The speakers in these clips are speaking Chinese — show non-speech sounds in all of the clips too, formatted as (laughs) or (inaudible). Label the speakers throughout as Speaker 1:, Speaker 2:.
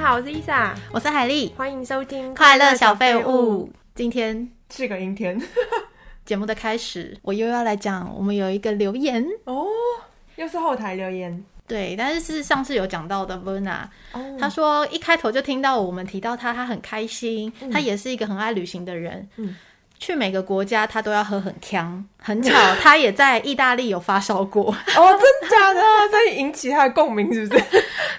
Speaker 1: 好，我是伊莎，
Speaker 2: 我是海丽，
Speaker 1: 欢迎收听《
Speaker 2: 快乐小废物》。今天
Speaker 1: 是个阴天
Speaker 2: 节目的开始，我又要来讲，我们有一个留言，
Speaker 1: (laughs) 哦，又是后台留言
Speaker 2: 对，但是是上次有讲到的 Verna，
Speaker 1: 哦
Speaker 2: 她说一开头就听到我们提到她，她很开心，她也是一个很爱旅行的人，
Speaker 1: 嗯
Speaker 2: 去每个国家她都要喝很强，很巧，她也在意大利有发烧过。
Speaker 1: (laughs) 哦，真假的， (laughs) 所以引起他的共鸣是不是？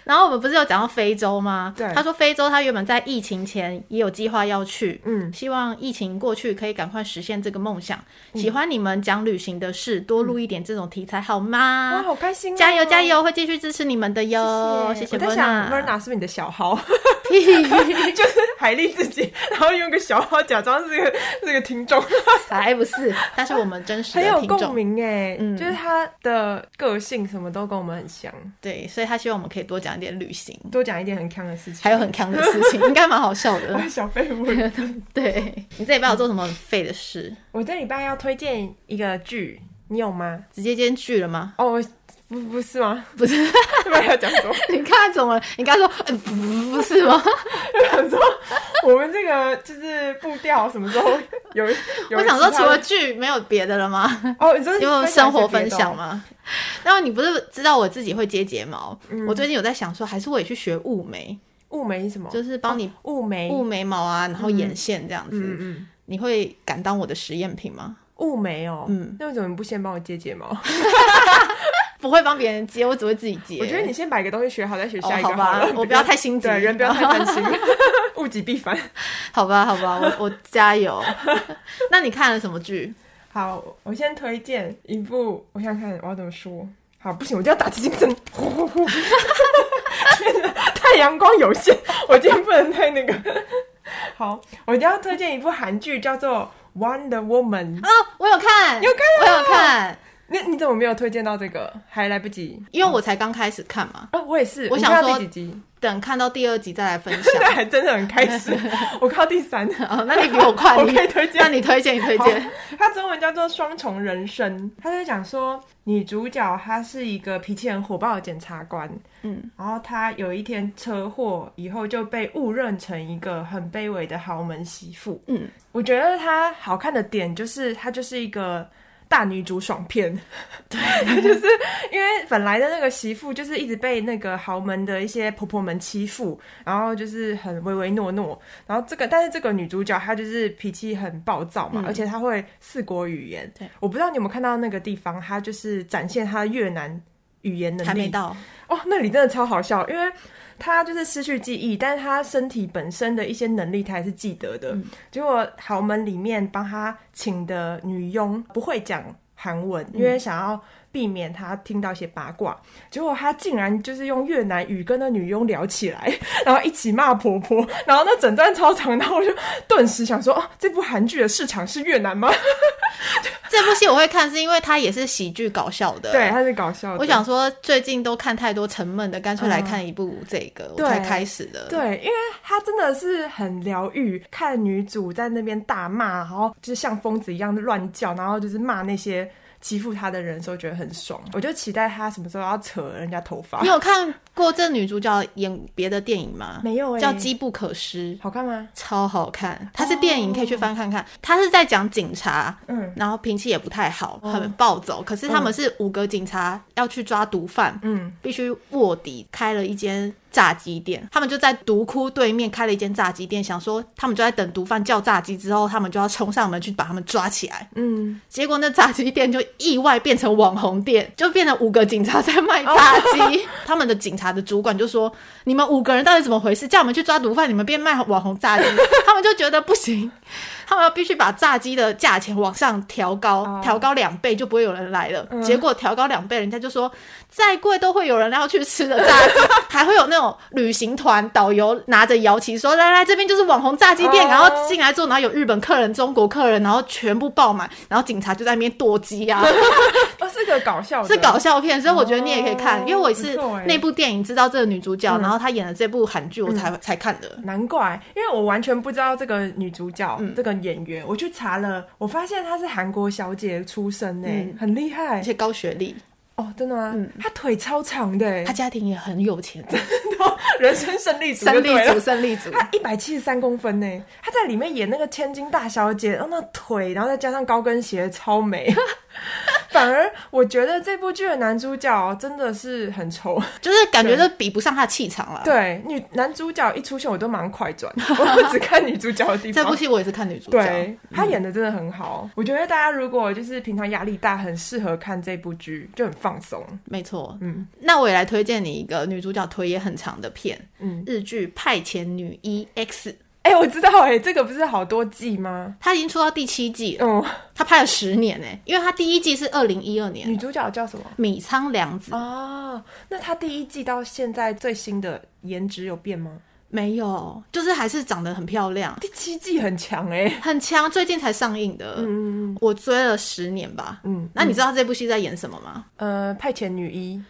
Speaker 2: 然后我们不是有讲到非洲吗？
Speaker 1: 对
Speaker 2: 她说非洲她原本在疫情前也有计划要去，
Speaker 1: 嗯，
Speaker 2: 希望疫情过去可以赶快实现这个梦想。喜欢你们讲旅行的事，多录一点这种题材嗯好
Speaker 1: 哇，
Speaker 2: 吗？
Speaker 1: 好开心、哦，
Speaker 2: 加油加！油，会继续支持你们的哟，谢
Speaker 1: 谢
Speaker 2: 谢
Speaker 1: 我在想
Speaker 2: Verna。
Speaker 1: ，Verna 是不是你的小号？
Speaker 2: (laughs) 屁
Speaker 1: (laughs) 就是海丽自己，然后用个小号假装是个是个听 (laughs) 众，
Speaker 2: 才不是，他是我们真实
Speaker 1: 很
Speaker 2: 的
Speaker 1: 有
Speaker 2: 听
Speaker 1: 共
Speaker 2: 众，
Speaker 1: 鸣哎、
Speaker 2: 嗯
Speaker 1: 就是他的个性什么都跟我们很像，
Speaker 2: 对，所以他希望我们可以多讲一点旅行，
Speaker 1: 多讲一点很强的事情，
Speaker 2: 还有很强的事情，应该蛮好笑的 (laughs)
Speaker 1: 我。是 (laughs) 小废物。
Speaker 2: 对你这礼拜有做什么很废的事？
Speaker 1: 我这礼拜要推荐一个剧，你有吗？
Speaker 2: 直接今天拒了吗？
Speaker 1: 哦，不不是吗？
Speaker 2: 不是，
Speaker 1: (laughs) 不然要讲什么？
Speaker 2: (laughs) 你看怎么了？你刚才说、呃、不不是吗？
Speaker 1: 想说我们这个就是步调什么时候 (laughs) 有？有
Speaker 2: 我想说，
Speaker 1: 其
Speaker 2: 除
Speaker 1: 他
Speaker 2: 了
Speaker 1: 的
Speaker 2: 剧没有别的
Speaker 1: (laughs)
Speaker 2: 了吗？
Speaker 1: 哦，你说
Speaker 2: 因为生活分享
Speaker 1: 嘛，
Speaker 2: 嘛。
Speaker 1: 哦
Speaker 2: 然后你不是知道我自己会接睫毛，
Speaker 1: 嗯
Speaker 2: 我最近有在想说，还是我也去学雾眉，
Speaker 1: 雾眉是什么？
Speaker 2: 就是帮你
Speaker 1: 雾眉，
Speaker 2: 雾眉毛啊，然后眼线这样子。
Speaker 1: 哦哎嗯嗯，
Speaker 2: 你会敢当我的实验品吗？
Speaker 1: 雾眉哦，
Speaker 2: 嗯
Speaker 1: 那为什么你不先帮我接睫
Speaker 2: (laughs)
Speaker 1: 毛？
Speaker 2: 不会帮别人接，我只会自己接。
Speaker 1: 我觉得你先把一个东西学好，再学下一个
Speaker 2: 哦好吧
Speaker 1: 了。
Speaker 2: 我不要太心急
Speaker 1: 对，人不
Speaker 2: (laughs)
Speaker 1: 要太贪心， (laughs) 物极必反。
Speaker 2: 好吧，好吧，我我加
Speaker 1: (laughs)
Speaker 2: 油。那你看了什么剧？
Speaker 1: 好，我先推荐一部，我想想看我要怎么说。好，不行，我就要打起精神。呼呼呼！ (laughs) 天哪，太阳光有限，我今天不能太那个。好，我一定要推荐一部韩剧，叫做《Wonder Woman》。
Speaker 2: 哦，我有看，
Speaker 1: 有看啊
Speaker 2: 我有看，
Speaker 1: 你你怎么没有推荐到这个？还来不及
Speaker 2: 因为我才刚开始看嘛，
Speaker 1: 啊！我也是，
Speaker 2: 我
Speaker 1: 你
Speaker 2: 想
Speaker 1: 看
Speaker 2: 说
Speaker 1: 到第几 (laughs) 集？
Speaker 2: 等看到第二集再来分
Speaker 1: 那 (laughs)
Speaker 2: 享。
Speaker 1: 还真的很开心。我看到第 (laughs) 三，
Speaker 2: 哦，那你比我快，
Speaker 1: 我
Speaker 2: 你
Speaker 1: 可以
Speaker 2: (laughs)
Speaker 1: 推荐
Speaker 2: 那你推荐，你推荐。
Speaker 1: 它中文叫做《双重人生》，它在讲说女主角她是一个脾气很火爆的检察官，
Speaker 2: 嗯，
Speaker 1: 然后她有一天车祸以后就被误认成一个很卑微的豪门媳妇。
Speaker 2: 嗯，
Speaker 1: 我觉得她好看的点就是她就是一个。大女主爽片，对， (laughs) 就是因为本来的那个媳妇就是一直被那个豪门的一些婆婆们欺负，然后就是很唯唯诺诺，然后这个但是这个女主角她就是脾气很暴躁嘛，
Speaker 2: 嗯
Speaker 1: 而且她会四国语言，
Speaker 2: 对，
Speaker 1: 我不知道你有没有看到那个地方，她就是展现她越南语言能力，
Speaker 2: 还没到。
Speaker 1: 哦，那里真的超好笑，因为他就是失去记忆，但是他身体本身的一些能力他还是记得的。结果豪门里面帮他请的女佣不会讲韩文，因为想要避免他听到一些八卦，结果他竟然就是用越南语跟那女佣聊起来，然后一起骂婆婆，然后那整段超长，然后我就顿时想说，哦，这部韩剧的市场是越南吗？
Speaker 2: 这部戏我会看，是因为它也是喜剧搞笑的。
Speaker 1: 对，，它是搞笑的。
Speaker 2: 我想说最近都看太多沉闷的，干脆来看一部这个，我
Speaker 1: 嗯对
Speaker 2: 才开始的。，
Speaker 1: 对，因为他真的是很疗愈，看女主在那边大骂，然后就是像疯子一样乱叫，然后就是骂那些欺负她的人的时候，觉得很爽。我就期待她什么时候要扯人家头发
Speaker 2: 你。有看过这女主角演别的电影吗？
Speaker 1: (laughs) 没有哎、哦
Speaker 2: 叫《机不可失》，
Speaker 1: 好看吗？
Speaker 2: 超好看。它是电影，你可以去翻看看。它是在讲警察，
Speaker 1: 嗯，哦
Speaker 2: 然后脾气也不太好，很暴走。可是他们是五个警察要去抓毒贩，
Speaker 1: 嗯，
Speaker 2: 必须卧底，开了一间炸鸡店。他们就在毒窟对面开了一间炸鸡店，想说他们就在等毒贩叫炸鸡之后，他们就要冲上门去把他们抓起来。
Speaker 1: 嗯，
Speaker 2: 结果那炸鸡店就意外变成网红店，就变成五个警察在卖炸鸡。他们的警察的主管就说：“你们五个人到底怎么回事？叫我们去抓毒贩，你们变卖网红炸鸡。”他们就觉得不行，他们要必须把炸鸡的价钱往上调高
Speaker 1: 哦，嗯
Speaker 2: 调高两倍就不会有人来了。结果调高两倍，人家就说再贵都会有人要去吃的炸鸡，还会有那种旅行团导游拿着摇旗说：“来来，这边就是网红炸鸡店。
Speaker 1: 哦
Speaker 2: 然后进来之后，然后有日本客人、中国客人，然后全部爆满，然后警察就在那边剁鸡
Speaker 1: (laughs)
Speaker 2: 啊，
Speaker 1: 哦，是个搞笑的，
Speaker 2: 是搞笑片，所以我觉得你也可以看，
Speaker 1: 哦
Speaker 2: 因为我也是
Speaker 1: 不错欸嗯
Speaker 2: 那部电影知道这个女主角，然后她演了这部韩剧，我才、才看的。
Speaker 1: 难怪，因为我完全不知道这个女主角、这个演员，我去查了，我发现她是韩国小姐出身呢、很厉害
Speaker 2: 而且高学历，
Speaker 1: 嗯哦，真的吗？她腿超长的、欸 (laughs)
Speaker 2: 她，家庭也很有钱，
Speaker 1: 后人生胜利组就
Speaker 2: 胜利
Speaker 1: 对了
Speaker 2: 组，。胜利组，
Speaker 1: 他一百七十三公分呢，他在里面演那个千金大小姐，然后那腿，然后再加上高跟鞋，超美。 (laughs) 反而我觉得这部剧的男主角真的是很丑，
Speaker 2: 就是感觉都比不上他的气场了。
Speaker 1: 对女男主角一出现我都马上快转，我只看女主角的地
Speaker 2: 这部
Speaker 1: 方。
Speaker 2: 戏我也是看女主角，嗯
Speaker 1: 对他演的真的很好，我觉得大家如果就是平常压力大，很适合看这部剧，就很放松。
Speaker 2: 没错。
Speaker 1: 嗯
Speaker 2: 那我也来推荐你一个女主角腿也很长的片，
Speaker 1: 嗯，
Speaker 2: 日剧《派遣女一 X》，
Speaker 1: 哎、我知道哎、这个不是好多季吗？
Speaker 2: 她已经出到第七季了，
Speaker 1: 嗯，
Speaker 2: 她拍了十年呢、因为她第一季是二零一二
Speaker 1: 女
Speaker 2: 年，
Speaker 1: 主角叫什么？
Speaker 2: 米仓凉子
Speaker 1: 哦，那他第一季到现在最新的颜值有变吗？
Speaker 2: 没有，就是还是长得很漂亮，
Speaker 1: 第七季很强哎、
Speaker 2: 很强，最近才上映的，
Speaker 1: 嗯
Speaker 2: 我追了十年吧。
Speaker 1: 嗯，
Speaker 2: 那你知道这部戏在演什么吗？
Speaker 1: 呃，派遣女一，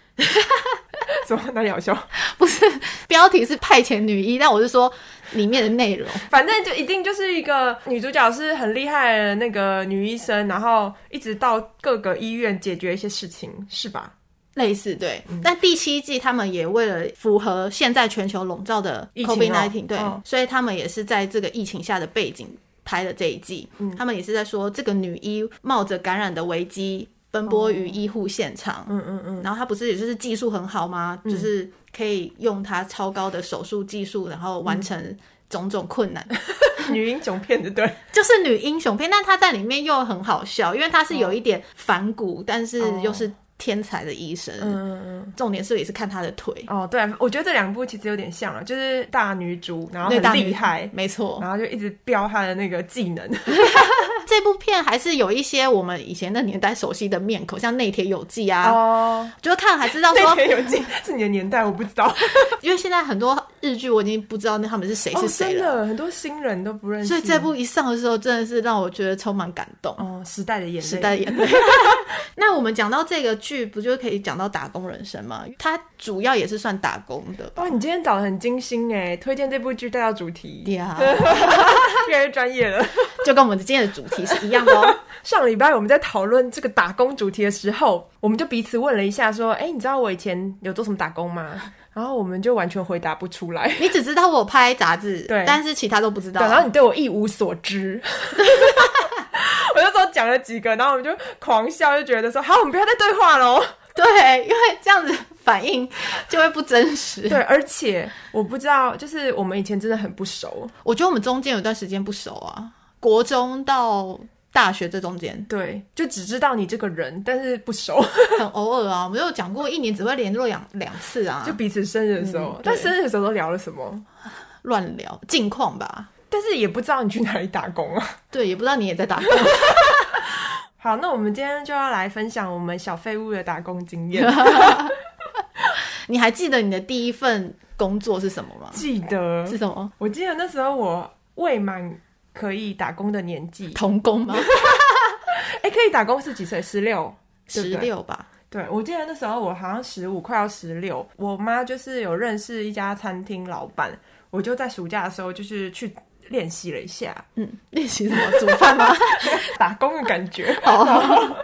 Speaker 1: (laughs) 怎么哪里好笑？
Speaker 2: 不是， (laughs) 标题是《派遣女一》，但我是说里面的内容。
Speaker 1: 反正就一定就是一个女主角是很厉害的那个女医生，然后一直到各个医院解决一些事情，是吧？
Speaker 2: 类似对，
Speaker 1: 嗯
Speaker 2: 但第七季他们也为了符合现在全球笼罩的
Speaker 1: 疫情
Speaker 2: COVID
Speaker 1: 哦
Speaker 2: nineteen，、对，
Speaker 1: 嗯
Speaker 2: 所以他们也是在这个疫情下的背景拍的这一季。他们也是在说这个女医冒着感染的危机奔波于医护现场，
Speaker 1: 嗯嗯嗯，
Speaker 2: 然后她不是也就是技术很好吗？就是可以用她超高的手术技术，然后完成种种困难，
Speaker 1: 嗯女英雄片就对，
Speaker 2: (laughs) 就是女英雄片。但她在里面又很好笑，因为她
Speaker 1: 哦
Speaker 2: 是有一点反骨，但是又是天才的医生。
Speaker 1: (laughs) 嗯嗯嗯，
Speaker 2: 重点是也是看她的腿。
Speaker 1: 哦对，我觉得这两部其实有点像啊，就是大女主，然后
Speaker 2: 对，
Speaker 1: 很
Speaker 2: 大
Speaker 1: 厉
Speaker 2: 女
Speaker 1: 害，
Speaker 2: 没错。
Speaker 1: 然后就一直飙她的那个技能，
Speaker 2: 这部片还是有一些我们以前的年代熟悉的面孔，像内田有纪
Speaker 1: (laughs)
Speaker 2: 啊，
Speaker 1: 哦。
Speaker 2: 就看还
Speaker 1: (laughs)
Speaker 2: 知道
Speaker 1: 那
Speaker 2: 说， (laughs)
Speaker 1: 天有记是你的年代，我不知道。
Speaker 2: 因为现在很多日剧我已经不知道那他们是谁是谁
Speaker 1: 哦真
Speaker 2: 了，
Speaker 1: 的很多新人都不认识。
Speaker 2: 所以这部一上的时候真的是让我觉得充满感动，
Speaker 1: 哦，时代的眼泪，
Speaker 2: 时代眼泪。 (laughs) 那我们讲到这个剧，不就可以讲到打工人生吗？它主要也是算打工的
Speaker 1: 哇，你今天找的很精心哎，推荐这部剧带到主题，
Speaker 2: 呀，
Speaker 1: (laughs) 越来越专业
Speaker 2: (laughs)
Speaker 1: 了。
Speaker 2: 就跟我们今天的主题是一样的哦。
Speaker 1: 上礼拜我们在讨论这个打工主题的时候，我们就彼此问了一下，说：“哎、你知道我以前有做什么打工吗？” (laughs) 然后我们就完全回答不出来。
Speaker 2: 你只知道我拍杂志，
Speaker 1: 对
Speaker 2: 但是其他都不知道
Speaker 1: 对，。然后你对我一无所知。 (laughs) 我那时候讲了几个，然后我们就狂笑，就觉得说：“好，我们不要再对话喽。”
Speaker 2: (laughs) 对，因为这样子反应就会不真实。
Speaker 1: 对，而且我不知道，就是我们以前真的很不熟。
Speaker 2: 我觉得我们中间有段时间不熟啊，国中到大学这中间
Speaker 1: 对，就只知道你这个人，但是不熟，
Speaker 2: 很偶尔啊，我们有讲过一年只会联络两两次啊，
Speaker 1: 就
Speaker 2: 就
Speaker 1: 彼此生日的时候，
Speaker 2: 嗯对
Speaker 1: 但生日的时候都聊了什么，
Speaker 2: 乱聊近况吧。
Speaker 1: 但是也不知道你去哪里打工啊。
Speaker 2: 对，也不知道你也在 (laughs) 打工，
Speaker 1: 好，那我们今天就要来分享我们小废物的打工经
Speaker 2: (laughs)
Speaker 1: 验。
Speaker 2: 你还记得你的第一份工作是什么吗？
Speaker 1: 记得
Speaker 2: 是，什么？
Speaker 1: 我记得那时候我未满可以打工的年纪，
Speaker 2: 童工 (laughs) 吗？
Speaker 1: 哎，可以打工是几岁？十六。对不
Speaker 2: 十
Speaker 1: 对
Speaker 2: 六吧。
Speaker 1: 对，我记得那时候我好像十五，快要十六。我妈就是有认识一家餐厅老板，我就在暑假的时候就是去练习了一下
Speaker 2: 嗯，练习什么？煮饭 (laughs) 吗？
Speaker 1: 打工的感觉。 (laughs)
Speaker 2: 哦，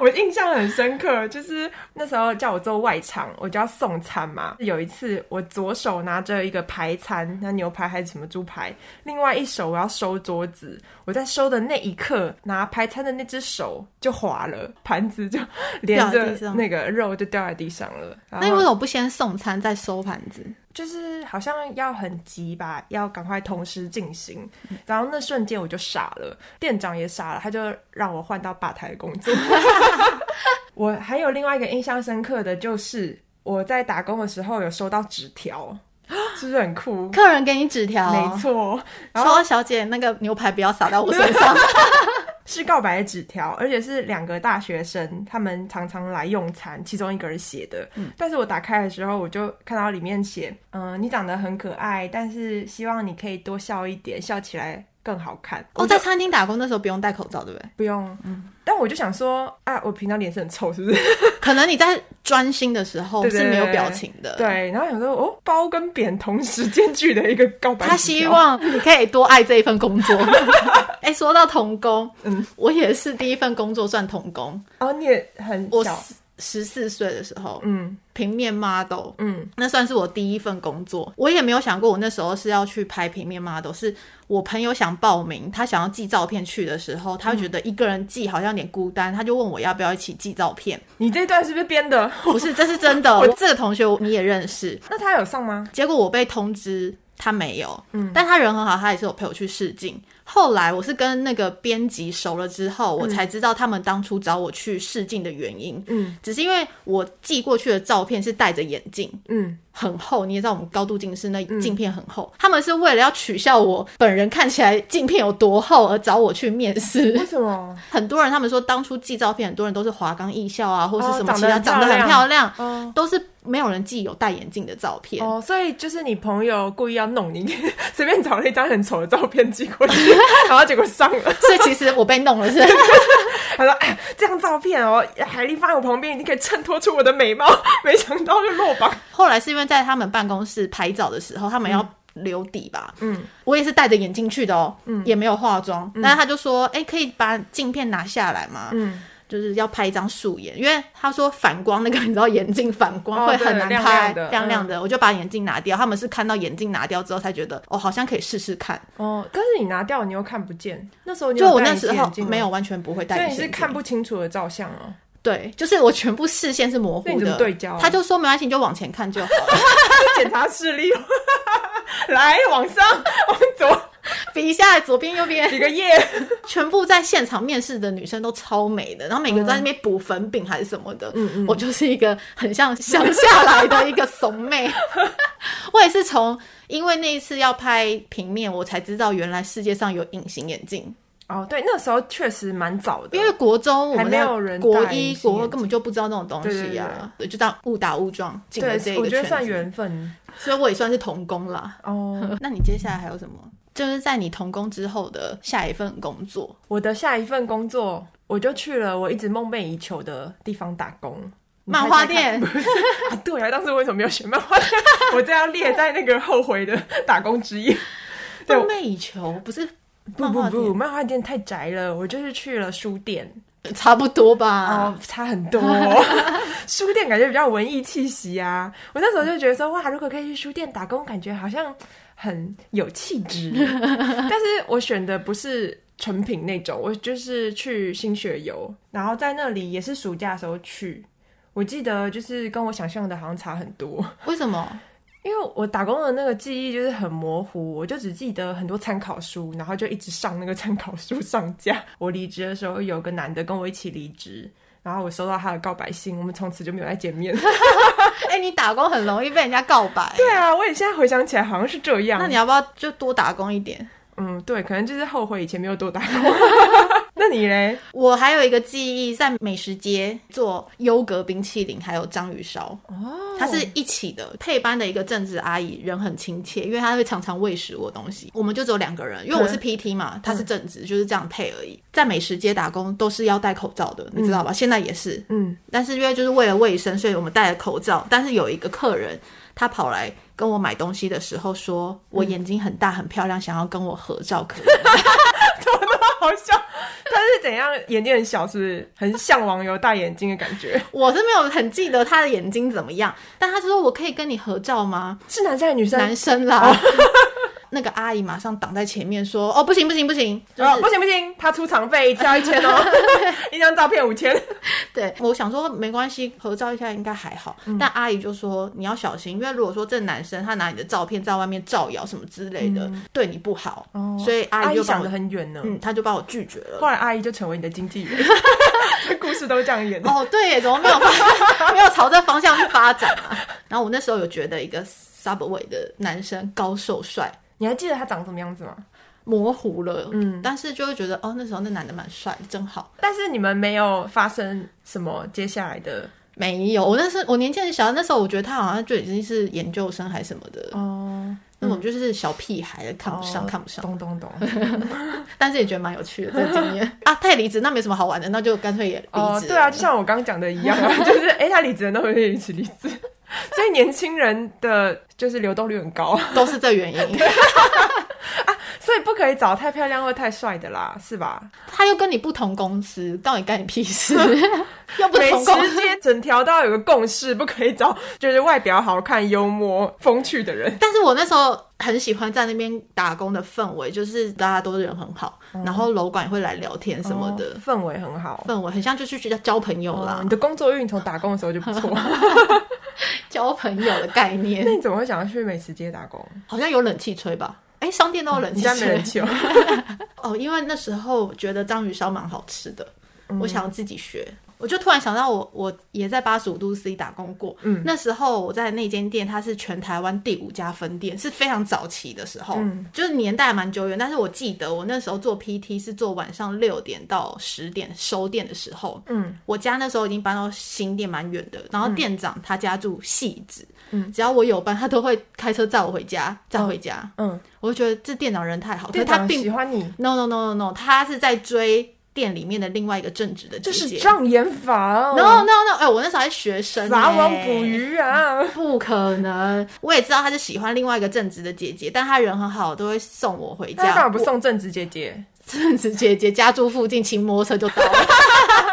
Speaker 1: 我印象很深刻，就是那时候叫我做外场，我就要送餐嘛。有一次，我左手拿着一个排餐，那牛排还是什么猪排，另外一手我要收桌子。我在收的那一刻，拿排餐的那只手就滑了，盘子就 (laughs) 连
Speaker 2: 掉在
Speaker 1: 着
Speaker 2: 地上
Speaker 1: 那个肉就掉在地上了。然
Speaker 2: 那你为
Speaker 1: 后
Speaker 2: 什么不先送餐再收盘子？
Speaker 1: 就是好像要很急吧，要赶快同时进行。然后那瞬间我就傻了，店长也傻了，他就让我换到吧台工作。我还有另外一个印象深刻的就是我在打工的时候有收到纸条，是不是很酷？
Speaker 2: 客人给你纸条，
Speaker 1: 没错，然后
Speaker 2: 说小姐那个牛排不要撒到我 (laughs) 身上。
Speaker 1: 是告白的纸条，而且是两个大学生，他们常常来用餐，其中一个人写的。
Speaker 2: 嗯
Speaker 1: 但是我打开的时候，我就看到里面写，嗯、你长得很可爱，但是希望你可以多笑一点，笑起来更好看。
Speaker 2: 哦，嗯
Speaker 1: 我就
Speaker 2: 在餐厅打工那时候不用戴口罩，对不对？
Speaker 1: 不用，但我就想说，啊，我平常脸是很臭，是不是？
Speaker 2: 可能你在专心的时候
Speaker 1: 对对
Speaker 2: 是没有
Speaker 1: 对
Speaker 2: 表情的。，
Speaker 1: 对，然后想说，哦，包跟扁同时间去的一个告白纸条，
Speaker 2: 他希望你可以多爱这一份工作。 (laughs) 哎、说到童工，
Speaker 1: 嗯
Speaker 2: 我也是第一份工作算童工，
Speaker 1: 哦，你也很
Speaker 2: 我
Speaker 1: 小，
Speaker 2: 十四岁的时候，
Speaker 1: 嗯
Speaker 2: 平面 model，
Speaker 1: 嗯
Speaker 2: 那算是我第一份工作。我也没有想过，我那时候是要去拍平面 model，是我朋友想报名，他想要寄照片去的时候，
Speaker 1: 嗯
Speaker 2: 他觉得一个人寄好像有点孤单，他就问我要不要一起寄照片。
Speaker 1: 你这段是不是编的？ (laughs)
Speaker 2: 不是，这是真的。我这个同学你也认识，
Speaker 1: 那他有上吗？
Speaker 2: 结果我被通知他没有，嗯，但他人很好，他也是有陪我去试镜。后来我是跟那个编辑熟了之后，我才知道他们当初找我去试镜的原因，
Speaker 1: 嗯
Speaker 2: 只是因为我寄过去的照片是戴着眼镜，
Speaker 1: 嗯，
Speaker 2: 很厚，你也知道我们高度近视那镜片很厚，他们是为了要取笑我本人看起来镜片有多厚而找我去面
Speaker 1: 为
Speaker 2: (laughs) 试。
Speaker 1: 什么？
Speaker 2: 很多人他们说当初寄照片，很多人都是华冈艺校啊，或是
Speaker 1: 哦
Speaker 2: 什么
Speaker 1: 长
Speaker 2: 其
Speaker 1: 得
Speaker 2: 他
Speaker 1: 很
Speaker 2: 长得
Speaker 1: 漂
Speaker 2: 很
Speaker 1: 亮
Speaker 2: 漂亮，
Speaker 1: 哦
Speaker 2: 都是没有人寄有戴眼镜的照片。
Speaker 1: 哦，所以就是你朋友故意要弄你， (laughs) 随便找了一张很丑的照片寄过去， (laughs) 然后结果上了。
Speaker 2: 所以其实我被弄了是， (laughs)
Speaker 1: 他说：“哎，这张照片哦，海丽放在我旁边，你可以衬托出我的美貌。”没想到就落榜。
Speaker 2: 后来是因为在他们办公室拍照的时候，他们要留底吧，
Speaker 1: 嗯，
Speaker 2: 我也是戴着眼镜去的哦，也没有化妆，但是他就说，哎、可以把镜片拿下来吗？
Speaker 1: 嗯，
Speaker 2: 就是要拍一张素颜，因为他说反光那个，你知道眼镜反光
Speaker 1: 哦
Speaker 2: 会很难
Speaker 1: 对亮
Speaker 2: 拍，
Speaker 1: 亮的
Speaker 2: 的我就把眼镜拿掉。他们是看到眼镜拿掉之后才觉得，哦，好像可以试试看。
Speaker 1: (laughs) 哦，但是你拿掉，你又看不见。那时候你
Speaker 2: 就
Speaker 1: 有
Speaker 2: 我
Speaker 1: 戴
Speaker 2: 那
Speaker 1: 隐
Speaker 2: 时
Speaker 1: 形
Speaker 2: 候
Speaker 1: 眼镜吗
Speaker 2: 没有，完全不会戴
Speaker 1: 所以
Speaker 2: 眼
Speaker 1: 你
Speaker 2: 镜，
Speaker 1: 是看不清楚的照相哦。
Speaker 2: 对，就是我全部视线是模
Speaker 1: 那你
Speaker 2: 糊
Speaker 1: 怎么
Speaker 2: 的。
Speaker 1: 对焦啊
Speaker 2: 他就说没关系，你就往前看就好了。 (laughs)
Speaker 1: 检查视力，哦 (laughs) 来往上往左
Speaker 2: 比一下左边右边，
Speaker 1: 几个页。
Speaker 2: 全部在现场面试的女生都超美的，然后每个
Speaker 1: 嗯
Speaker 2: 都在那边补粉饼还是什么的。嗯嗯，我就是一个很像乡下来的一个怂妹。 (laughs) 我也是从因为那一次要拍平面，我才知道原来世界上有隐形眼镜。
Speaker 1: (laughs) 哦，对，那时候确实蛮早的，
Speaker 2: 因为国中我
Speaker 1: 还
Speaker 2: 们
Speaker 1: 没
Speaker 2: 在
Speaker 1: 有人
Speaker 2: 国
Speaker 1: 戴
Speaker 2: 一
Speaker 1: 隐、形
Speaker 2: 国二
Speaker 1: 眼
Speaker 2: 根本就不知道那种东
Speaker 1: 对对
Speaker 2: 西啊，对就这样误打误撞进了这
Speaker 1: 对，
Speaker 2: 一
Speaker 1: 我
Speaker 2: 个
Speaker 1: 觉
Speaker 2: 圈
Speaker 1: 得算
Speaker 2: 子，
Speaker 1: 缘分
Speaker 2: 所以我也算是童工啦。
Speaker 1: 哦。
Speaker 2: 那你接下来还有什么？就是在你童工之后的下一份工作，
Speaker 1: 我的下一份工作，我就去了我一直梦寐以求的地方打工。你猜
Speaker 2: 漫画
Speaker 1: 猜看
Speaker 2: 店
Speaker 1: 不是啊？对啊，当时为什么没有选漫画
Speaker 2: (laughs)
Speaker 1: 店？我这要列在那个后悔的打工之一。 (laughs) 对
Speaker 2: 梦寐以求不是
Speaker 1: 不
Speaker 2: 漫
Speaker 1: 不
Speaker 2: 画
Speaker 1: 不，漫画店太宅了，我就是去了书店。
Speaker 2: 店 (laughs) 差不多吧？
Speaker 1: 哦，差很多、书店感觉比较文艺气息啊。我那时候就觉得说，哇，如果可以去书店打工，感觉好像很有气质。但是我选的不是成品那种，我就是去新学游，然后在那里也是暑假的时候去。我记得就是跟我想象的好像差很多，
Speaker 2: 为什么？
Speaker 1: 因为我打工的那个记忆就是很模糊，我就只记得很多参考书，然后就一直上那个参考书上架。我离职的时候，有个男的跟我一起离职，然后我收到他的告白信，我们从此就没有再见面。
Speaker 2: (laughs) 哎、你打工很容易被人家告白，
Speaker 1: (laughs) 对啊，我也现在回想起来好像是这样。
Speaker 2: 那你要不要就多打工一点？
Speaker 1: 嗯，对，可能就是后悔以前没有多打工。 (laughs) 那你嘞？
Speaker 2: 我还有一个记忆，在美食街做优格冰淇淋，还有章鱼烧，
Speaker 1: 哦
Speaker 2: 它是一起的。配班的一个正职阿姨人很亲切，因为她会常常喂食我东西。我们就只有两个人，因为我是 PT 嘛，她是正职，就是这样配而已。在美食街打工都是要戴口罩的，你知道吧？现在也是，
Speaker 1: (laughs) 嗯，
Speaker 2: 但是因为就是为了卫生，所以我们戴了口罩。但是有一个客人，他跑来跟我买东西的时候说，我眼睛很大很漂亮，想要跟我合照，可以吗？
Speaker 1: 好笑。 (laughs) 他是怎样？眼睛很小，是不是很向往有大眼睛的感觉？
Speaker 2: (laughs) 我是没有很记得他的眼睛怎么样，但他就说我可以跟你合照吗？
Speaker 1: 是男生还是女生？
Speaker 2: 男生啦。 (laughs) 那个阿姨马上挡在前面说：“哦，不行不行不行！”就是、
Speaker 1: 哦，不行不行，他出场费一次要一千哦， (laughs) 一张照片五千。
Speaker 2: 对，我想说没关系，合照一下应该还好。但阿姨就说你要小心，因为如果说这男生他拿你的照片在外面造谣什么之类的，对你不好，所以哦阿
Speaker 1: 阿
Speaker 2: 姨
Speaker 1: 姨
Speaker 2: 就把
Speaker 1: 想
Speaker 2: 我
Speaker 1: 得，很远呢。
Speaker 2: 嗯，他就把我拒绝了。
Speaker 1: 后来阿姨就成为你的经纪
Speaker 2: (laughs)
Speaker 1: 人，这故事都是这样演的。
Speaker 2: 哦，对耶，怎么没有发 (laughs) 没有朝这方向去发展啊？然后我那时候有觉得一个 Subway 的男生高瘦帅。
Speaker 1: 你还记得他长什么样子吗？
Speaker 2: 模糊了，嗯，但是就会觉得哦，那时候那男的蛮帅的，真好。
Speaker 1: 但是你们没有发生什么接下来的
Speaker 2: 没有，我那时候我年纪很小，那时候我觉得他好像就已经是研究生还是什么的，
Speaker 1: 哦，
Speaker 2: 那种就是小屁孩的，看不上，看不上。
Speaker 1: 懂懂懂。
Speaker 2: (laughs) 但是也觉得蛮有趣的这个经验 (laughs) 啊，太离职那没什么好玩的，那就干脆也离职了、
Speaker 1: 哦，对啊，就像我刚刚讲的一样啊，
Speaker 2: (laughs)
Speaker 1: 就是哎，他离职了，那我也一起离职。所以年轻人的就是流动率很高，
Speaker 2: 都是这原因。
Speaker 1: 所以不可以找太漂亮或太帅的啦，是吧？
Speaker 2: 他又跟你不同公司，到底干你屁 (laughs) 事？又不
Speaker 1: 美
Speaker 2: 同公
Speaker 1: 食
Speaker 2: 司。
Speaker 1: 街整条都要有个共识，不可以找就是外表好看、幽默、风趣的人。
Speaker 2: 但是我那时候很喜欢在那边打工的氛围，就是大家都人很好，然后楼管也会来聊天什么的，
Speaker 1: 哦氛围很好。
Speaker 2: 氛围很像就是去交朋友啦
Speaker 1: 哦，你的工作运从打工的时候就
Speaker 2: (laughs)
Speaker 1: 不错，
Speaker 2: 交朋友的概念
Speaker 1: 那。你怎么会想要去美食街打工？
Speaker 2: (laughs) 好像有冷气吹吧？哎、商店都有冷
Speaker 1: 你
Speaker 2: 气
Speaker 1: 家没
Speaker 2: 吹
Speaker 1: 人
Speaker 2: (laughs)
Speaker 1: 气哦。
Speaker 2: 哦，因为那时候觉得章鱼烧蛮好吃的，我想要自己学。我就突然想到我，我也在八十五度 C 打工过。嗯，那时候我在那间店，它是全台湾第五家分店，是非常早期的时候，就是年代蛮久远。但是我记得我那时候做 PT 是做晚上六点到十点收店的时候。嗯，我家那时候已经搬到新店蛮远的，然后店长他家住汐止，嗯，只要我有班，他都会开车载我回家，再回家。
Speaker 1: 嗯，
Speaker 2: 我就觉得这店长人太好，可是
Speaker 1: 店
Speaker 2: 他
Speaker 1: 长
Speaker 2: 并
Speaker 1: 喜欢你，
Speaker 2: No no no no no，他是在追店里面的另外一个正职的姐
Speaker 1: 就是
Speaker 2: 姐。
Speaker 1: 障眼法哦
Speaker 2: no no no，哎、我那时候还学生、
Speaker 1: 撒
Speaker 2: 欸，
Speaker 1: 网捕，鱼啊！
Speaker 2: 不可能。我也知道他是喜欢另外一个正职的姐姐，但他人很好，都会送我回
Speaker 1: 他干
Speaker 2: 家。
Speaker 1: 嘛不送正直姐姐？
Speaker 2: 正职姐姐家住附近，骑摩托车就到了。 (laughs)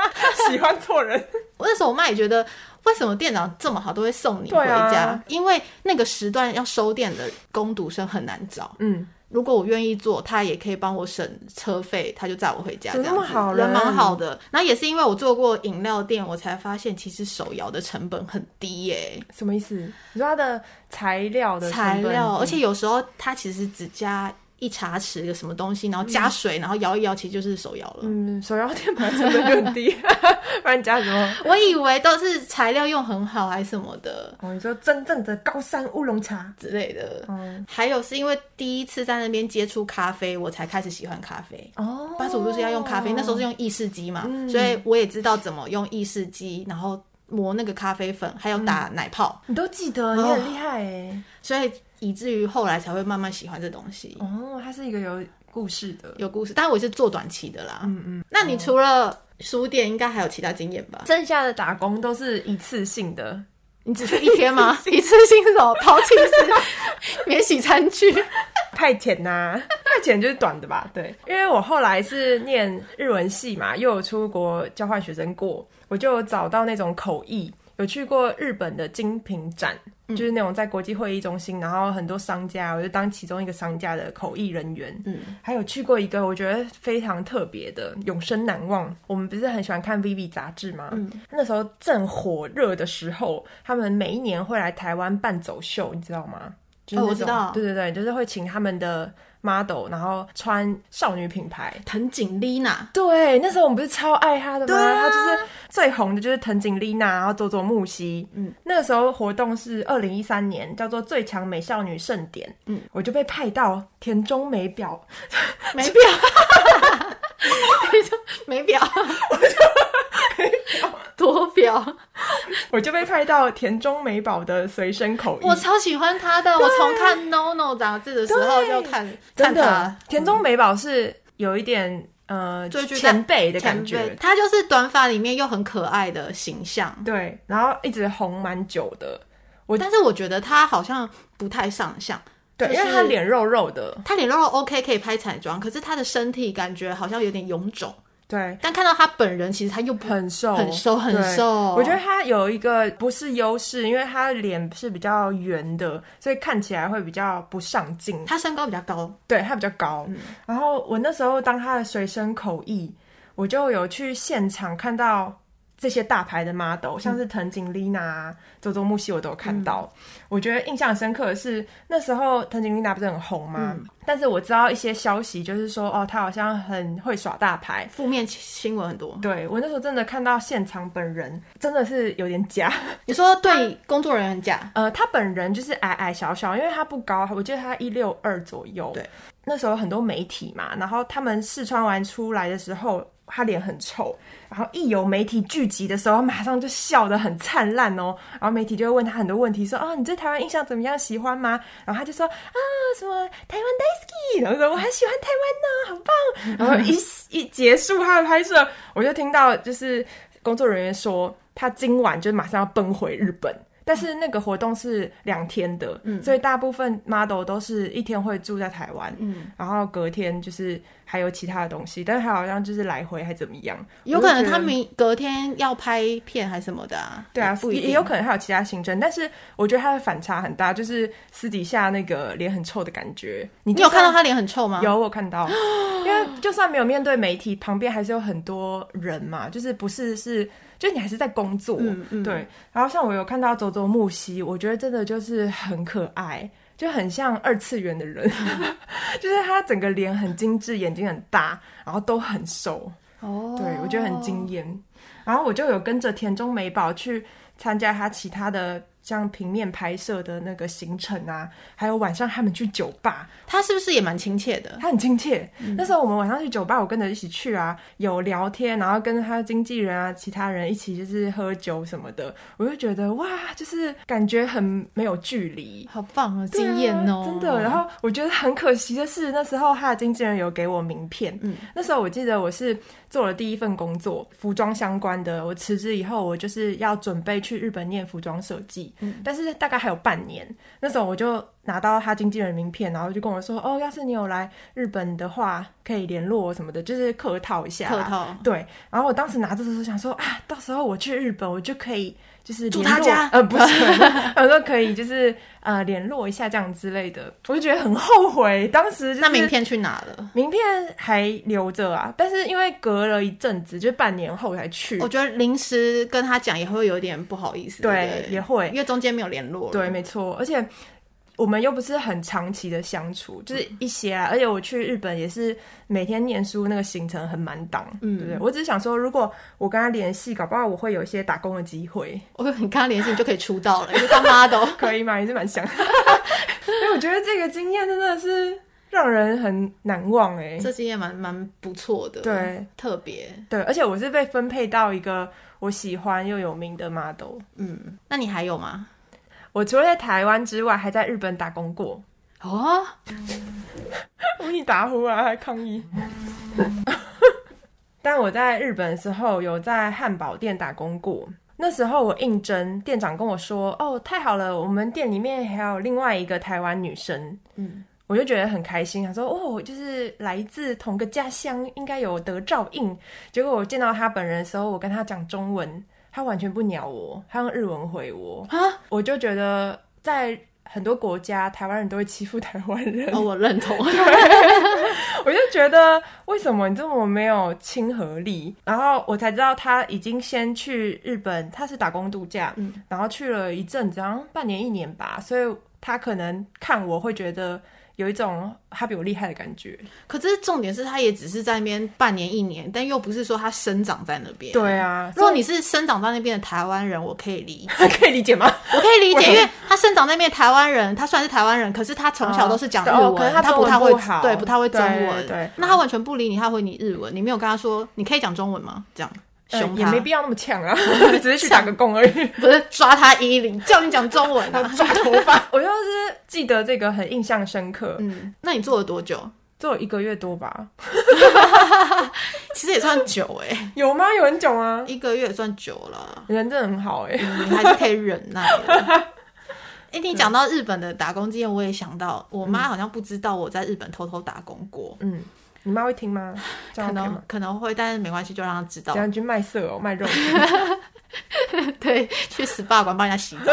Speaker 1: (laughs) 喜欢错人，
Speaker 2: 我那时候我妈也觉得，为什么店长这么好，都会送你
Speaker 1: 对
Speaker 2: 回
Speaker 1: 啊
Speaker 2: 家？因为那个时段要收店的工读生很难找。
Speaker 1: 嗯，
Speaker 2: 如果我愿意做，他也可以帮我省车费，他就载我回家，
Speaker 1: 怎
Speaker 2: 这
Speaker 1: 么
Speaker 2: 样
Speaker 1: 那么
Speaker 2: 子
Speaker 1: 好
Speaker 2: 人
Speaker 1: 人
Speaker 2: 蛮好的。然后也是因为我做过饮料店，我才发现其实手摇的成本很低耶、
Speaker 1: 什么意思？你说它的材料的成
Speaker 2: 材
Speaker 1: 本
Speaker 2: 料，
Speaker 1: 低
Speaker 2: 而且有时候它其实只加一茶匙的什么东西，然后加水，然后摇一摇，其实就是手摇了。
Speaker 1: 嗯，手摇店本来成本就很低， (laughs) 不然你加什么？
Speaker 2: 我以为都是材料用很好还是什么的
Speaker 1: 哦，你说真正的高山乌龙茶，
Speaker 2: 之类的。
Speaker 1: 嗯，
Speaker 2: 还有是因为第一次在那边接触咖啡，我才开始喜欢咖啡。
Speaker 1: 哦
Speaker 2: 八十五度是要用咖啡，那时候是用意式机嘛，所以我也知道怎么用意式机，然后磨那个咖啡粉，还有打奶泡，
Speaker 1: 你都记得，
Speaker 2: 哦
Speaker 1: 你很厉害哎。
Speaker 2: 所以以至于后来才会慢慢喜欢这东西。
Speaker 1: 哦，它是一个有故事的。
Speaker 2: 有故事，但我是做短期的啦。嗯哦嗯，那你除了书店，应该还有其他经验吧？
Speaker 1: 剩下的打工都是一次性的，
Speaker 2: 你只去一天吗？ (laughs) 一次性是什么？抛弃式 (laughs) 免洗餐具？
Speaker 1: 派遣呐、派遣就是短的吧？对，因为我后来是念日文系嘛，又有出国交换学生过，我就找到那种口译，有去过日本的精品展，就是那种在国际会议中心，然后很多商家，我就当其中一个商家的口译人员。嗯，还有去过一个我觉得非常特别的，永生难忘。我们不是很喜欢看《Vivi》杂志吗？嗯，那时候正火热的时候，他们每一年会来台湾办走秀，你知道吗？就是
Speaker 2: 哦我
Speaker 1: 那种
Speaker 2: 知道
Speaker 1: 对对对，就是会请他们的 model，然后穿少女品牌。
Speaker 2: 藤井丽娜，
Speaker 1: 对，那时候我们不是超爱她的吗？
Speaker 2: 对啊
Speaker 1: 她就是最红的就是藤井丽娜，然后佐佐木希。嗯，那个时候活动是二零一三年，叫做最强美少女盛典。嗯，我就被派到田中美表，
Speaker 2: 没表，没表，多表。嗯
Speaker 1: (laughs) 我就被派到田中美宝的随身口译。
Speaker 2: 我超喜欢他的，我从看《No No》杂志的时候
Speaker 1: 对
Speaker 2: 就看
Speaker 1: 真
Speaker 2: 看
Speaker 1: 的
Speaker 2: 他，
Speaker 1: 田中美宝是有一点呃
Speaker 2: 追剧
Speaker 1: 前辈的感
Speaker 2: 前辈
Speaker 1: 觉，
Speaker 2: 他就是短发里面又很可爱的形象。
Speaker 1: 对，然后一直红蛮久的。
Speaker 2: 但是我觉得他好像不太上相，
Speaker 1: 对，
Speaker 2: 就是
Speaker 1: 因为她脸肉肉的，
Speaker 2: 他脸肉肉 OK 可以拍彩妆，可是他的身体感觉好像有点臃肿。
Speaker 1: 对，
Speaker 2: 但看到他本人，其实他又不
Speaker 1: 很瘦，
Speaker 2: 很瘦很
Speaker 1: 对
Speaker 2: 瘦
Speaker 1: 我觉得她有一个不是优势，因为她脸是比较圆的，所以看起来会比较不上镜。
Speaker 2: 他身高比较高，
Speaker 1: 对，她比较高。然后我那时候当她的随身口译，我就有去现场看到。这些大牌的 model，像是藤井丽娜啊、周周木希，我都有看到。我觉得印象深刻的是，那时候藤井丽娜不是很红吗？但是我知道一些消息，就是说，哦，她好像很会耍大牌，
Speaker 2: 负面新闻很多。
Speaker 1: 对我那时候真的看到现场本人，真的是有点假。
Speaker 2: 你说对工作人员很假，
Speaker 1: 呃，他本人就是矮矮小小，因为他不高，我记得他一六二左右。
Speaker 2: 对，
Speaker 1: 那时候很多媒体嘛，然后他们试穿完出来的时候，他脸很臭，然后一有媒体聚集的时候，他马上就笑得很灿烂哦。然后媒体就会问他很多问题，说：“哦，你对台湾印象怎么样？喜欢吗？”然后他就说：“啊，什么台湾 daisy，然后说我很喜欢台湾呢、好棒。”然
Speaker 2: 嗯
Speaker 1: 后一一 (laughs) 结束他的拍摄，我就听到就是工作人员说。他今晚就马上要奔回日本，但是那个活动是两天的，所以大部分 model 都是一天会住在台湾，
Speaker 2: 嗯
Speaker 1: 然后隔天就是还有其他的东西，但是他好像就是来回还怎么样，
Speaker 2: 有可
Speaker 1: 我
Speaker 2: 能
Speaker 1: 就觉
Speaker 2: 他
Speaker 1: 得
Speaker 2: 们隔天要拍片还是什么的啊？
Speaker 1: 对啊，
Speaker 2: 不一
Speaker 1: 也
Speaker 2: 定
Speaker 1: 也有可能还有其他行程，但是我觉得他的反差很大，就是私底下那个脸很臭的感觉，你
Speaker 2: 你
Speaker 1: 就
Speaker 2: 有看到
Speaker 1: 算
Speaker 2: 他脸很臭吗？
Speaker 1: 有我有看
Speaker 2: (gasps)
Speaker 1: 到，因为就算没有面对媒体，旁边还是有很多人嘛，就是不是是，就是你还是在工作，
Speaker 2: 嗯嗯
Speaker 1: 对。然后像我有看到周周木希，我觉得真的就是很可爱，就很像二次元的
Speaker 2: (laughs)
Speaker 1: 人，就是他整个脸很精致，眼睛很大，然后都很瘦，
Speaker 2: 哦，
Speaker 1: 对我觉得很惊艳。然后我就有跟着田中美宝去参加他其他的。像平面拍摄的那个行程啊，还有晚上他们去酒吧，
Speaker 2: 他是不是也蛮亲切的？
Speaker 1: 他很亲切。
Speaker 2: 嗯
Speaker 1: 那时候我们晚上去酒吧，我跟着一起去啊，有聊天，然后跟他经纪人啊、其他人一起就是喝酒什么的，我就觉得哇，就是感觉很没有距离。
Speaker 2: 好棒啊，惊艳哦、
Speaker 1: 对啊真的。然后我觉得很可惜的是，那时候他的经纪人有给我名片。
Speaker 2: 嗯
Speaker 1: 那时候我记得我是做了第一份工作，服装相关的。我辞职以后，我就是要准备去日本念服装设计，
Speaker 2: 嗯
Speaker 1: 但是大概还有半年。那时候我就拿到他经纪人名片，然后就跟我说：“哦，要是你有来日本的话，可以联络我什么的，就是客套一下。”
Speaker 2: 客。套，
Speaker 1: 对，然后我当时拿着的时候想说啊，到时候我去日本，我就可以就是
Speaker 2: 住
Speaker 1: 联
Speaker 2: 他
Speaker 1: 络
Speaker 2: 家
Speaker 1: 呃，不是， (laughs) 我说可以就是呃联络一下这样之类的，我就觉得很后悔，当时、就是、
Speaker 2: 那名片去哪了？
Speaker 1: 名片还留着啊，但是因为隔了一阵子，就半年后才去，
Speaker 2: 我觉得临时跟他讲也会有点不好意思，哦
Speaker 1: 对，
Speaker 2: 对不对，
Speaker 1: 也会
Speaker 2: 因为中间没有联络了，
Speaker 1: 对，没错，而且我们又不是很长期的相处，就是
Speaker 2: 嗯
Speaker 1: 一些啊。而且我去日本也是每天念书，那个行程很满档，
Speaker 2: 嗯
Speaker 1: 对不对？我只是想说，如果我跟他联系，搞不好我会有一些打工的机
Speaker 2: (laughs)
Speaker 1: 会，
Speaker 2: 我跟你跟他联系，你就可以出道了，你就当 model。
Speaker 1: 可以吗？也是蛮想， (laughs) 因为我觉得这个经验真的是让人很难忘哎、
Speaker 2: 这经验蛮蛮不错的，
Speaker 1: 对，
Speaker 2: 特别。
Speaker 1: 对，而且我是被分配到一个我喜欢又有名的 model。
Speaker 2: 嗯，那你还有吗？
Speaker 1: 我除了在台湾之外，还在日本打工过。
Speaker 2: 哦，
Speaker 1: 无你打呼啊，还抗议。 (laughs) 但我在日本的时候，有在汉堡店打工过。那时候我应征，店长跟我说：“哦，太好了，我们店里面还有另外一个台湾女生。”
Speaker 2: 嗯，
Speaker 1: 我就觉得很开心，想说：“哦，就是来自同个家乡，应该有得照应。”结果我见到她本人的时候，我跟她讲中文，她完全不鸟我，她用日文回我。
Speaker 2: 啊，
Speaker 1: 我就觉得在很多国家，台湾人都会欺负台湾人。
Speaker 2: 哦，我认同。
Speaker 1: (laughs) 我就觉得为什么你这么没有亲和力？然后我才知道他已经先去日本，他是打工度假，
Speaker 2: 嗯
Speaker 1: 然后去了一阵子，好像半年一年吧，所以他可能看我会觉得有一种他比我厉害的感觉。
Speaker 2: (laughs) 可是重点是，他也只是在那边半年一年，但又不是说他生长在那边。，
Speaker 1: 对啊，
Speaker 2: 如果你是生长在那边的台湾人，我可以理解，
Speaker 1: 可以理解吗？
Speaker 2: (laughs) 我可以理
Speaker 1: 我
Speaker 2: 解，因为他生长在那边的台湾人，他虽然是台湾人，可是他从小都是讲日
Speaker 1: 哦
Speaker 2: 文，
Speaker 1: 可能他
Speaker 2: 不太
Speaker 1: 中
Speaker 2: 会
Speaker 1: 文不好
Speaker 2: 对，不太会中文。
Speaker 1: 对对
Speaker 2: 那他完全不理你，他会你日文，你没有跟他说你可以讲中文吗？这样
Speaker 1: 呃
Speaker 2: 凶
Speaker 1: 也
Speaker 2: 他，
Speaker 1: 没必要那么呛啊，只是去打个工而已。
Speaker 2: (laughs) 不是抓他衣领，叫你讲中
Speaker 1: (laughs)
Speaker 2: 文啊。
Speaker 1: 抓头发，我就是记得这个很印象深刻，
Speaker 2: 嗯，那你做了多久？
Speaker 1: 做一个月多吧？
Speaker 2: 其实也算久哎、
Speaker 1: (laughs) 有吗？有很久吗？
Speaker 2: 一个月也算久了，
Speaker 1: 人真的很好哎、
Speaker 2: 你还是可以忍耐的。
Speaker 1: (laughs)
Speaker 2: 哎、你讲到日本的打工经验，我也想到，我妈好像不知道我在日本偷偷打工过，
Speaker 1: 嗯，你妈会听吗？这样 OK
Speaker 2: (laughs) 可
Speaker 1: 吗
Speaker 2: 能？可能会，但是没关系，就让她知道
Speaker 1: 怎。样去卖色哦，
Speaker 2: (laughs)
Speaker 1: 卖肉？
Speaker 2: 对，去 SPA 馆帮人家洗澡。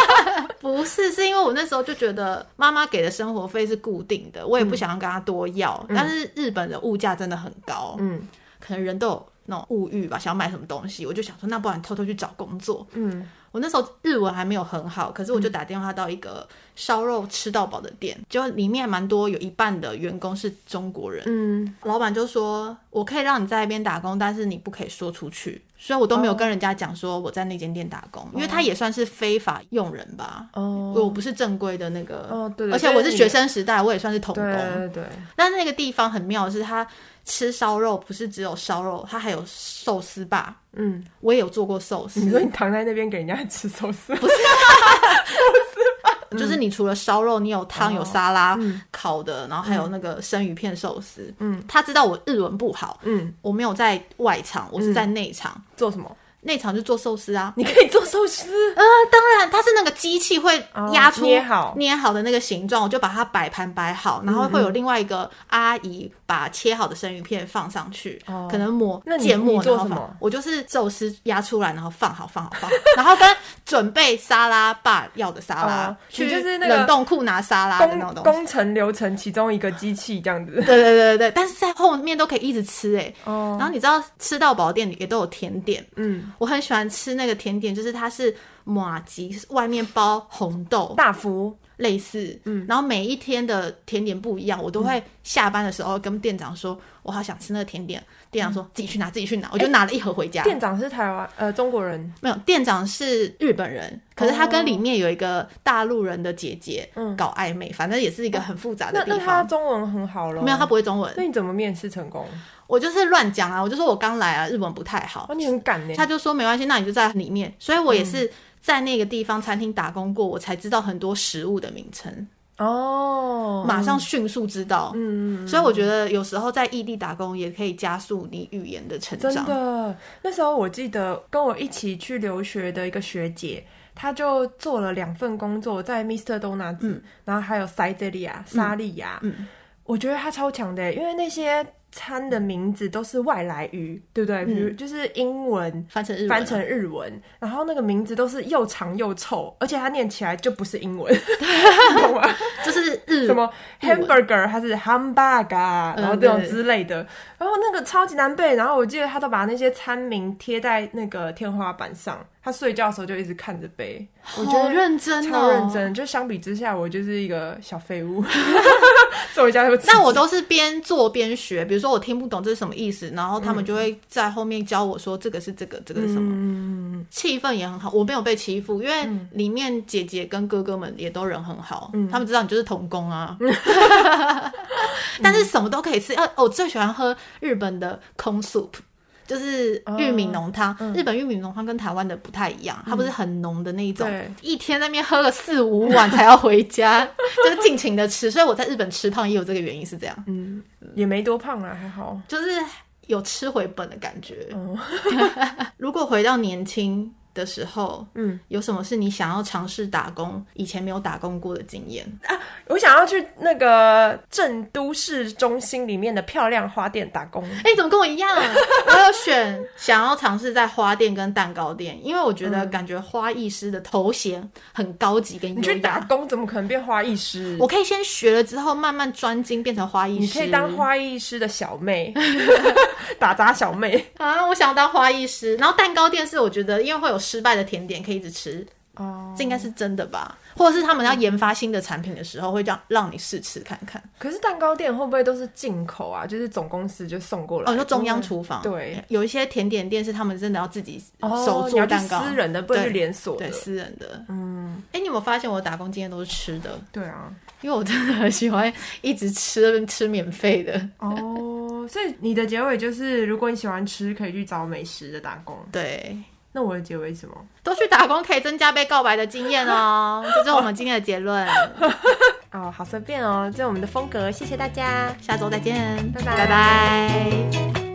Speaker 2: (laughs) 不是，是因为我那时候就觉得妈妈给的生活费是固定的，我也不想要跟她多要。但是日本的物价真的很高，
Speaker 1: 嗯
Speaker 2: 可能人都有那种物欲吧，想要买什么东西，我就想说，那不然偷偷去找工作。
Speaker 1: 嗯
Speaker 2: 我那时候日文还没有很好，可是我就打电话到一个烧肉吃到饱的店，就里面蛮多，有一半的员工是中国人。
Speaker 1: 嗯，
Speaker 2: 老板就说：“我可以让你在那边打工，但是你不可以说出去。”所以，我都没有跟人家讲说我在那间店打工，因为他也算是非法用人吧。
Speaker 1: 哦
Speaker 2: 我不是正规的那个，
Speaker 1: 哦对对
Speaker 2: 而且我
Speaker 1: 就是是你
Speaker 2: 学生时代，我也算是童
Speaker 1: 对
Speaker 2: 工。
Speaker 1: 对对，
Speaker 2: 那那个地方很妙的是，他吃烧肉不是只有烧肉，他还有寿司吧？
Speaker 1: 嗯，
Speaker 2: 我也有做过寿司，
Speaker 1: 你说你嗯躺在那边给人家吃寿司，
Speaker 2: 就是你除了烧肉，你有汤、
Speaker 1: 嗯
Speaker 2: 有沙拉、烤的，然后还有那个生鱼片寿司。嗯，他知道我日文不好，
Speaker 1: 嗯，
Speaker 2: 我没有在外场，我是在内场。
Speaker 1: (laughs) 做什么？
Speaker 2: 内场就做寿司啊。
Speaker 1: 你可以做寿
Speaker 2: (laughs)
Speaker 1: 司，
Speaker 2: 呃，当然，它是那个机器会
Speaker 1: 哦
Speaker 2: 压出
Speaker 1: 捏好
Speaker 2: 捏好的那个形状，我就把它摆盘摆好，然后会有另外一个阿姨把切好的生鱼片放上去，
Speaker 1: 哦
Speaker 2: 可能抹
Speaker 1: 那你
Speaker 2: 芥末，
Speaker 1: 你做
Speaker 2: 然后
Speaker 1: 什
Speaker 2: 放
Speaker 1: 么
Speaker 2: 我就是寿司压出来，然后放好放好放好， (laughs) 然后跟准备沙拉爸要的沙拉，
Speaker 1: 哦
Speaker 2: 去
Speaker 1: 你就是那个
Speaker 2: 冷冻库拿沙拉的啊那种
Speaker 1: 工
Speaker 2: 东西。
Speaker 1: 工程流程其中一个机器这样子。
Speaker 2: (laughs) 对对对对对，但是在后面都可以一直吃哎、
Speaker 1: 哦，
Speaker 2: 然后你知道吃到饱店里也都有甜点，
Speaker 1: 嗯，
Speaker 2: 我很喜欢吃那个甜点，就是它是马吉，是外面包红豆，
Speaker 1: 大福
Speaker 2: 类似，嗯，然后每一天的甜点不一样，我都会下班的时候跟店长说，我好想吃那个甜点，店长说自己去拿，自己去拿，我就拿了一盒回家。
Speaker 1: 嗯哎店长是台湾呃中国人，
Speaker 2: 没有，店长是日本人，可是他跟
Speaker 1: 哦
Speaker 2: 里面有一个大陆人的姐姐搞暧昧，反正也是一个很复杂
Speaker 1: 嗯
Speaker 2: 的
Speaker 1: 哦那
Speaker 2: 地
Speaker 1: 那他
Speaker 2: 方。
Speaker 1: 中文很好了，
Speaker 2: 没有，他不会中文，
Speaker 1: 那你怎么面试成功？
Speaker 2: 我就是乱讲啊，我就说我刚来啊，日文不太好
Speaker 1: 哦，，你很敢呢。
Speaker 2: 他就说没关系，那你就在里面。所以我也
Speaker 1: 嗯
Speaker 2: 是在那个地方餐厅打工过，我才知道很多食物的名称，
Speaker 1: 哦，
Speaker 2: 马上迅速知道。
Speaker 1: 嗯，
Speaker 2: 所以我觉得有时候在异地打工也可以加速你语言的成
Speaker 1: 真
Speaker 2: 长。
Speaker 1: 的。那时候我记得跟我一起去留学的一个学姐，她就做了两份工作，在 Mr. Donuts，、然后还有塞德利亚、沙利亚。
Speaker 2: 嗯
Speaker 1: 我觉得她超强的，因为那些餐的名字都是外来语，对不对？
Speaker 2: 嗯
Speaker 1: 比如就是英文。
Speaker 2: 翻成日文啊
Speaker 1: 翻成日文，然后那个名字都是又长又臭，而且它念起来就不是
Speaker 2: (laughs)
Speaker 1: 英文，你懂吗？
Speaker 2: 就是日
Speaker 1: 什么
Speaker 2: 日文嗯
Speaker 1: hamburger 还是 hamburger，然后这种
Speaker 2: 对
Speaker 1: 之类的，然后那个超级难背，然后我记得他都把那些餐名贴在那个天花板上，他睡觉的时候就一直看着背，我觉
Speaker 2: 好
Speaker 1: 得
Speaker 2: 认真
Speaker 1: 超
Speaker 2: 哦，
Speaker 1: 认。真。就相比之下，我就是一个小废物， (laughs) 做回家就吃
Speaker 2: 那我都是边做边学，比如说我听不懂这是什么意思，然后他们就会在后面教我说这个是这个，这个是什么，
Speaker 1: 嗯
Speaker 2: 气氛也很好。我没有被欺负，因为里面姐姐跟哥哥们也都人很好，他们知道你就是童工啊。 (laughs) 但是什么都可以吃，呃，我最喜欢喝日本的空 soup。就是玉米浓汤，日本玉米浓汤跟台湾的不太一样，它不是很浓的那一种
Speaker 1: 对，
Speaker 2: 一天在那边喝了四五碗才要回家， (laughs) 就是尽情的吃。所以我在日本吃胖也有这个原因，是这样。
Speaker 1: 嗯，也没多胖啦，还好。
Speaker 2: 就是有吃回本的感觉。哦如果回到年轻的时候，
Speaker 1: 嗯，
Speaker 2: 有什么是你想要尝试打工，以前没有打工过的经验？
Speaker 1: 我想要去那个正都市中心里面的漂亮花店打工。
Speaker 2: 哎、怎么跟我一样？我有选想要尝试在花店跟蛋糕店，因为我觉得感觉花艺师的头衔很高级跟
Speaker 1: 你
Speaker 2: 优
Speaker 1: 去打
Speaker 2: 雅。
Speaker 1: 工怎么可能变花艺师？
Speaker 2: 我可以先学了之后，慢慢专精变成花艺
Speaker 1: 你
Speaker 2: 师。
Speaker 1: 可以当花艺师的小
Speaker 2: (laughs)
Speaker 1: 妹，打杂小妹
Speaker 2: 啊！我想当花艺师，然后蛋糕店是我觉得因为会有失败的甜点可以一直吃，
Speaker 1: 哦。
Speaker 2: 这应该是真的吧？或者是他们要研发新的产品的时候，会让让你试吃看看。
Speaker 1: 可是蛋糕店会不会都是进口啊？就是总公司就送过来？
Speaker 2: 哦，你说中央厨房，
Speaker 1: 对，
Speaker 2: 有一些甜点店是他们真的要自己
Speaker 1: 哦
Speaker 2: 手
Speaker 1: 你
Speaker 2: 做
Speaker 1: 要去
Speaker 2: 蛋糕，
Speaker 1: 私人的，不能去连锁的
Speaker 2: 对。私人的。
Speaker 1: 嗯，
Speaker 2: 哎、你有没有发现我打工经验都是吃的？
Speaker 1: 对啊。
Speaker 2: 因为我真的很喜欢一直吃吃免费的。
Speaker 1: 哦， (laughs) 所以你的结尾就是，如果你喜欢吃，可以去找美食的打工。
Speaker 2: 对，
Speaker 1: 那我的结尾是什么？
Speaker 2: 都去打工可以增加被告白的经验哦，这就是我们今天的
Speaker 1: (laughs)
Speaker 2: 结论。
Speaker 1: 哦，好随便哦，这是我们的风格，谢谢大家。
Speaker 2: 下周再见，
Speaker 1: 拜拜
Speaker 2: 拜拜